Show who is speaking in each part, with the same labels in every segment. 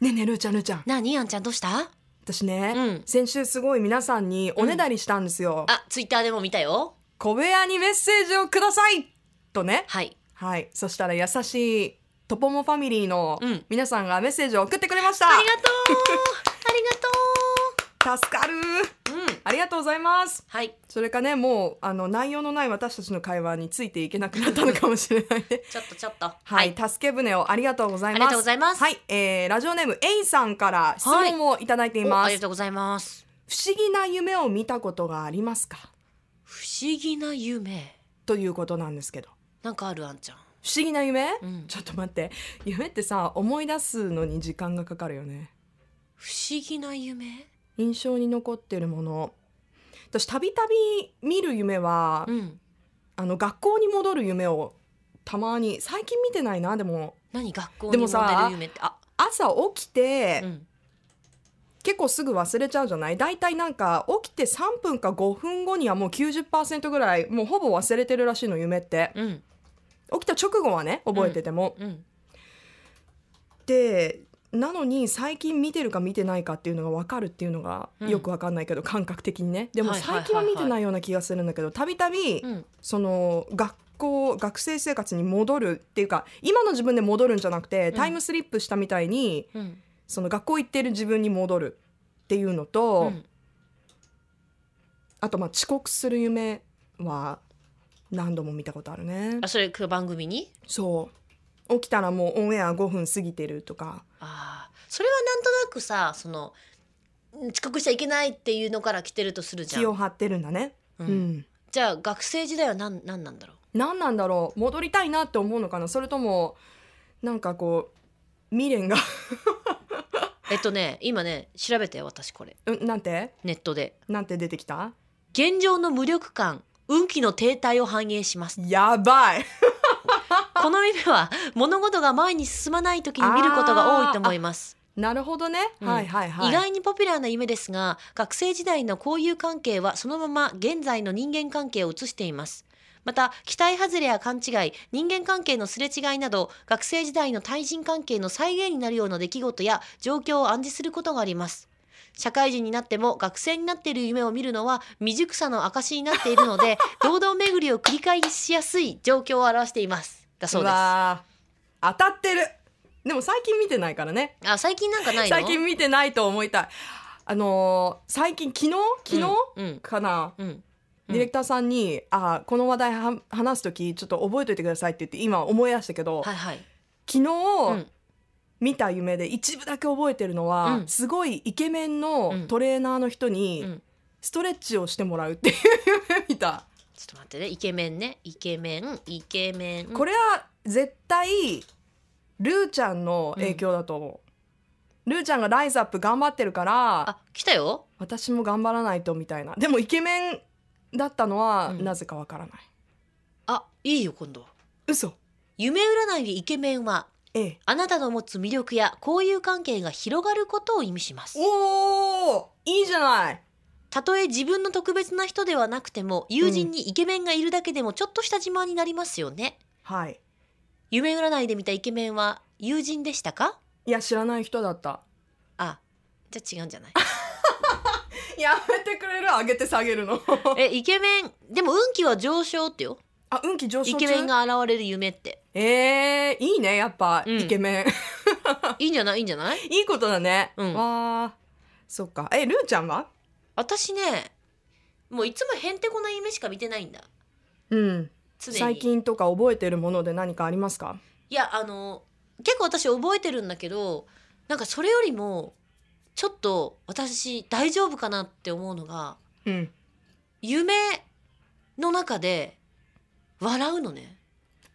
Speaker 1: ねえねえルーちゃんルーちゃん
Speaker 2: なにあんちゃんどうした
Speaker 1: 私ね、
Speaker 2: うん
Speaker 1: 先週すごい皆さんにおねだりしたんですよ、
Speaker 2: あツイッターでも見たよ
Speaker 1: 小部屋にメッセージをくださいとね
Speaker 2: はい
Speaker 1: はいそしたら優しいトポモファミリーの
Speaker 2: うん
Speaker 1: 皆さんがメッセージを送ってくれました、
Speaker 2: ありがとう
Speaker 1: 助かる
Speaker 2: ありがとううん
Speaker 1: ありがとうございます
Speaker 2: はい
Speaker 1: それかねもうあの内容のない私たちの会話についていけなくなったのかもしれ ないね
Speaker 2: ちょっとちょっと
Speaker 1: はい、助け舟をありがとうございます
Speaker 2: ありがとうございます
Speaker 1: はい、えー、ラジオネームエイさんから質問をいただいてい
Speaker 2: お
Speaker 1: ます、
Speaker 2: ありがとうございます
Speaker 1: 不思議な夢を見たことがありますか
Speaker 2: 不思議な夢
Speaker 1: ということなんですけど
Speaker 2: なんかあるあんちゃん
Speaker 1: 不思議な夢、
Speaker 2: うん
Speaker 1: ちょっと待って夢ってさ思い出すのに時間がかかるよね
Speaker 2: 不思議な夢
Speaker 1: 印象に残ってるもの私たびたび見る夢は、
Speaker 2: うん
Speaker 1: あの学校に戻る夢をたまに最近見てないなでも
Speaker 2: 何学校
Speaker 1: で
Speaker 2: に
Speaker 1: も
Speaker 2: 戻
Speaker 1: さ
Speaker 2: る夢ってあ
Speaker 1: 朝起きて、
Speaker 2: うん
Speaker 1: 結構すぐ忘れちゃうじゃないだいたいなんか起きて3分か5分後にはもう90%ぐらいもうほぼ忘れてるらしいの夢って
Speaker 2: うん
Speaker 1: 起きた直後はね覚えてても、
Speaker 2: うん
Speaker 1: でなのに最近見てるか見てないかっていうのが分かるっていうのが
Speaker 2: うん
Speaker 1: よく分かんないけど、感覚的にねでも
Speaker 2: はいはいはいは
Speaker 1: 最近は
Speaker 2: い
Speaker 1: 見てないような気がするんだけどたびたび
Speaker 2: うん
Speaker 1: その学校学生生活に戻るっていうか今の自分で戻るんじゃなくて
Speaker 2: ん
Speaker 1: タイムスリップしたみたいに
Speaker 2: うん
Speaker 1: その学校行ってる自分に戻るっていうのと、
Speaker 2: うん
Speaker 1: あとまあ遅刻する夢は何度も見たことあるね
Speaker 2: あそれ番組に
Speaker 1: そう起きたらもうオンエア5分過ぎてるとか
Speaker 2: あーそれはなんとなくさそのうん遅刻しちゃいけないっていうのから来てるとするじゃ
Speaker 1: 気を
Speaker 2: ん、
Speaker 1: 張ってるんだね
Speaker 2: う、
Speaker 1: うんん
Speaker 2: じゃあ学生時代は何何なんだろ
Speaker 1: 何なんだろう戻りたいなって思うのかなそれともなんかこう未練が
Speaker 2: うえっとね今ね調べてよ私これ
Speaker 1: うんなんて
Speaker 2: ネットで
Speaker 1: なんて出てきた
Speaker 2: 現状の無力感運気の停滞を反映します
Speaker 1: やばい
Speaker 2: この夢は物事が前に進まない時に見ることが多いと思います
Speaker 1: なるほどね、
Speaker 2: うん
Speaker 1: はいはいはい
Speaker 2: 意外にポピュラーな夢ですが学生時代の交友関係はそのまま現在の人間関係を映していますまた期待外れや勘違い人間関係のすれ違いなど学生時代の対人関係の再現になるような出来事や状況を暗示することがあります社会人になっても学生になっている夢を見るのは未熟さの証になっているの で堂々巡りを繰り返しやすい状況を表していますだそうです
Speaker 1: わー当たってるでも最近見てないからね
Speaker 2: あ最近なんかないの
Speaker 1: 最近見てないと思いたいあのー最近昨日昨日、
Speaker 2: うんうん
Speaker 1: かな
Speaker 2: うんうん
Speaker 1: ディレクターさんに「あーこの話題は話す時ちょっと覚えといてください」って言って今思い出したけど、
Speaker 2: はいはい
Speaker 1: 昨日、
Speaker 2: うん
Speaker 1: 見た夢で一部だけ覚えてるのは、
Speaker 2: うん
Speaker 1: すごいイケメン
Speaker 2: う
Speaker 1: の
Speaker 2: ん
Speaker 1: トレーナーの人
Speaker 2: う
Speaker 1: に
Speaker 2: ん
Speaker 1: ストレッチをしてもらうっていう夢見た、
Speaker 2: ちょっと待ってねイケメンねイケメンイケメン
Speaker 1: これは絶対ルーちゃんの影響だと思う、ルーちゃんがライズアップ頑張ってるから
Speaker 2: あ来たよ
Speaker 1: 私も頑張らないとみたいなでもイケメンだったのは
Speaker 2: うん
Speaker 1: なぜかわからない、
Speaker 2: あいいよ今度
Speaker 1: 嘘
Speaker 2: 夢占いでイケメンは
Speaker 1: ええ
Speaker 2: あなたの持つ魅力や交友関係が広がることを意味します
Speaker 1: おーいいじゃない
Speaker 2: たとえ自分の特別な人ではなくても友人にイケメンがいるだけでもちょっとした自慢になりますよね、
Speaker 1: はい
Speaker 2: 夢占いで見たイケメンは友人でしたか
Speaker 1: いや知らない人だった
Speaker 2: あじゃあ違うんじ ゃない
Speaker 1: やめてくれる上げて下げ るの
Speaker 2: えイケメンでも運気は上昇ってよ
Speaker 1: あ運気上昇
Speaker 2: イ
Speaker 1: 中
Speaker 2: ケメンが現れる夢 って
Speaker 1: えー、いいねやっぱ、
Speaker 2: うん
Speaker 1: イケメン
Speaker 2: いいんじゃないいいんじゃない
Speaker 1: いいことだね、
Speaker 2: うん
Speaker 1: わあそっかえルーちゃんは
Speaker 2: 私ねもういつもへんてこな夢しか見てないんだ
Speaker 1: うん
Speaker 2: 常に
Speaker 1: 最近とか覚えてるもので何かありますか
Speaker 2: いやあの結構私覚えてるんだけどなんかそれよりもちょっと私大丈夫かなって思うのが
Speaker 1: うん
Speaker 2: 夢の中で笑うのね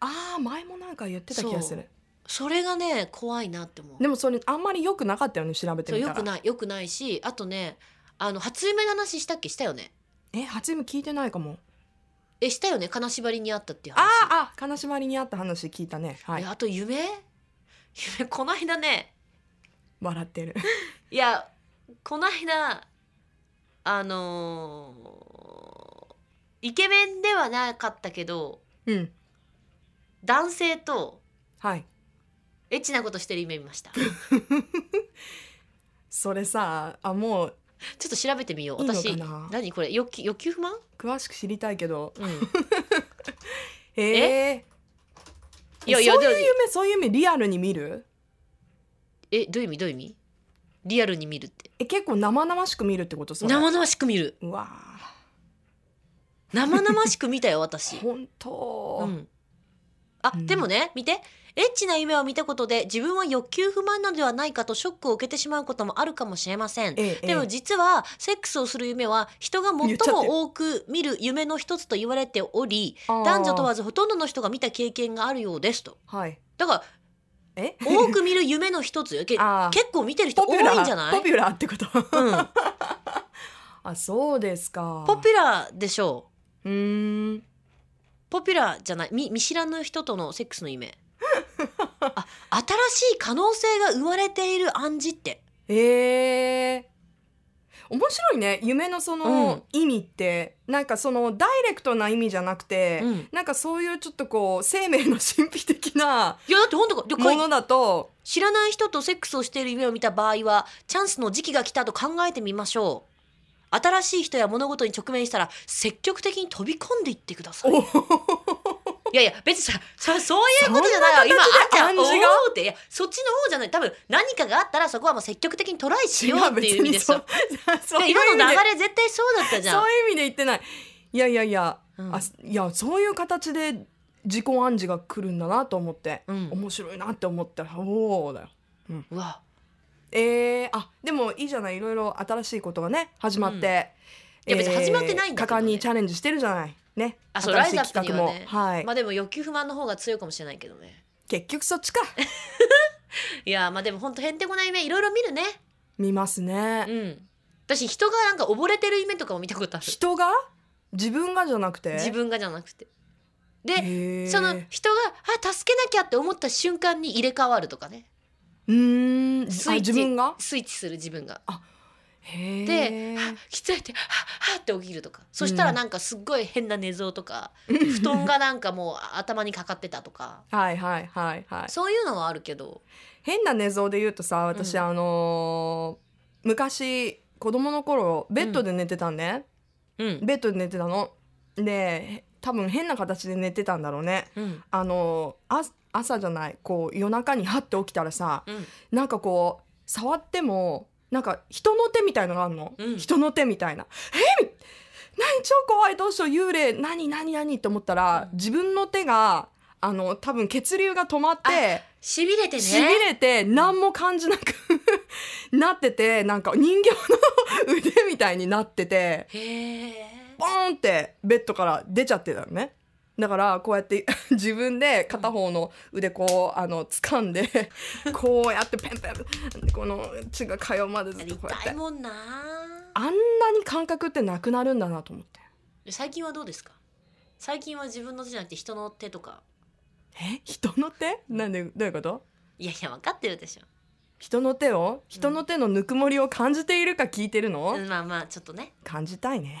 Speaker 1: あー前もなんか言ってた気がする
Speaker 2: それがね怖いなって思う
Speaker 1: でもそれあんまり良くなかったよね調べて
Speaker 2: そう
Speaker 1: みた
Speaker 2: よ
Speaker 1: ら
Speaker 2: くないよくないしあとねあの初夢の話したっけしたよね
Speaker 1: え初夢聞いてないかも
Speaker 2: えしたよね金縛りにあったっていう話
Speaker 1: あーあ金縛りにあった話聞いたねはいい
Speaker 2: やあと夢 夢こないだね
Speaker 1: 笑ってる
Speaker 2: いやこないだあのーイケメンではなかったけど
Speaker 1: うん
Speaker 2: 男性と
Speaker 1: はい
Speaker 2: エッチなことしてる夢見ました
Speaker 1: それさあもう
Speaker 2: ちょっと調べてみよう
Speaker 1: いいの
Speaker 2: 私
Speaker 1: かな
Speaker 2: 何これ欲求欲求不満、
Speaker 1: 詳しく知りたいけど
Speaker 2: うん、
Speaker 1: へえ
Speaker 2: いやいや
Speaker 1: そう
Speaker 2: でも
Speaker 1: いう夢そういう夢リアルに見る
Speaker 2: えどういう意味どういう意味リアルに見るって
Speaker 1: え結構生々しく見るってことそれ
Speaker 2: 生々しく見る
Speaker 1: うわ
Speaker 2: 生々しく見たよ
Speaker 1: ー
Speaker 2: 私
Speaker 1: 本当、
Speaker 2: うん、あ、
Speaker 1: うん
Speaker 2: でもね見てエッチな夢を見たことで自分は欲求不満なのではないかとショックを受けてしまうこともあるかもしれません
Speaker 1: ええ
Speaker 2: でも実はセックスをする夢は人が
Speaker 1: 言
Speaker 2: 最
Speaker 1: っちゃってる
Speaker 2: も多く見る夢の一つと言われており
Speaker 1: 男
Speaker 2: 男女問わずほとんどの人が見た経験があるようですと
Speaker 1: はい
Speaker 2: だから
Speaker 1: え
Speaker 2: 多く見る夢の一つよ け
Speaker 1: あー
Speaker 2: 結構見てる人
Speaker 1: ポ
Speaker 2: 多
Speaker 1: ピュラー
Speaker 2: いんじゃない
Speaker 1: ポピュラーってこと
Speaker 2: うん、
Speaker 1: あそうですか
Speaker 2: ポピュラーでしょう
Speaker 1: うーん
Speaker 2: ポピュラーじゃない見見知らぬ人とのセックスの 夢あ新しい可能性が生まれている暗示って
Speaker 1: へえ面白いね夢のその意味って、なんかそのダイレクトな意味じゃなくて、
Speaker 2: うん
Speaker 1: なんかそういうちょっとこう生命の神秘的ない
Speaker 2: やだって本当かで こ
Speaker 1: も
Speaker 2: れ
Speaker 1: のだと
Speaker 2: 知らない人とセックスをしている夢を見た場合はチャンスの時期が来たと考えてみましょう新しい人や物事に直面したら積極的に飛び込んでいってください
Speaker 1: お
Speaker 2: い
Speaker 1: お
Speaker 2: やいや別にさそそういうことじゃないわ今あった
Speaker 1: そんな形で暗
Speaker 2: お
Speaker 1: 示が
Speaker 2: ーっていやそっちの方じゃない多分何かがあったらそこはもう積極的にトライしようっていう意味ですよ
Speaker 1: そそう
Speaker 2: いや
Speaker 1: いう
Speaker 2: 今の
Speaker 1: 意味
Speaker 2: 流
Speaker 1: で
Speaker 2: れ絶対そうだったじゃん
Speaker 1: そういう意味で言ってないいやいやいや、
Speaker 2: うん
Speaker 1: あいやそういう形で自己暗示が来るんだなと思って、
Speaker 2: うん
Speaker 1: 面白いなって思ったらおおだよ
Speaker 2: うわ
Speaker 1: えー、あでもいいじゃないいろいろ新しいことがね始まって、
Speaker 2: うんいや別に始まってないんだけど
Speaker 1: 果
Speaker 2: ね
Speaker 1: 敢にチャレンジしてるじゃないね
Speaker 2: あそう
Speaker 1: 新しい
Speaker 2: ライズアップ
Speaker 1: 企
Speaker 2: に
Speaker 1: 画
Speaker 2: は
Speaker 1: も、
Speaker 2: ね
Speaker 1: はい、
Speaker 2: まあでも欲求不満の方が強いかもしれないけどね
Speaker 1: 結局そっ ちか
Speaker 2: いやまあでも本当へんてこな夢いろいろ見るね
Speaker 1: 見ますね、
Speaker 2: うん私人がなんか溺れてる夢とかも見たことある
Speaker 1: 人が自分がじゃなくて
Speaker 2: 自分がじゃなくてで
Speaker 1: で
Speaker 2: その人があ助けなきゃって思った瞬間に入れ替わるとかね
Speaker 1: うーん
Speaker 2: ス
Speaker 1: あ
Speaker 2: イッチ
Speaker 1: 自分が
Speaker 2: スイッチする自分が
Speaker 1: へ
Speaker 2: で
Speaker 1: え
Speaker 2: はきついってははって起きるとかそしたらなんかすっごい変な寝相とか、布団がなんかもう頭にかかってたとか
Speaker 1: はいはいはいはい
Speaker 2: そういうのはあるけど
Speaker 1: 変な寝相で言うとさ私、
Speaker 2: うん
Speaker 1: あのー昔子供の頃ベッドで寝てたんね、
Speaker 2: うん
Speaker 1: ベッドで寝てたので多分変な形で寝てたんだろうね
Speaker 2: うん
Speaker 1: あのあ朝じゃないこう夜中にハッて起きたらさ
Speaker 2: うん
Speaker 1: なんかこう触ってもなんか人の手みたいのがあるの、
Speaker 2: うん
Speaker 1: 人の手みたいな「えみ何超怖いどうしよう幽霊何何何?」って思ったら、
Speaker 2: うん
Speaker 1: 自分の手があの多分血流が止まって
Speaker 2: しびれてね
Speaker 1: しびれて何も感じなく なっててなんか人形の腕みたいになってて。
Speaker 2: へえ
Speaker 1: ボーンってベッドから出ちゃってたのねだからこうやって 自分で片方の腕こうあの掴ん でこうやってペンペンこの血が通うまでずっとこうやっ
Speaker 2: 痛い
Speaker 1: て
Speaker 2: もんな
Speaker 1: あんなに感覚ってなくなるんだなと思って
Speaker 2: 最近はどうですか最近は自分の手じゃなくて人の手とか
Speaker 1: え人の手なんでどういうこと
Speaker 2: いやいや分かってるでしょ
Speaker 1: 人の手を人の手のぬくもりを感じているか聞いてるの、
Speaker 2: うんまあまあちょっとね
Speaker 1: 感じたいね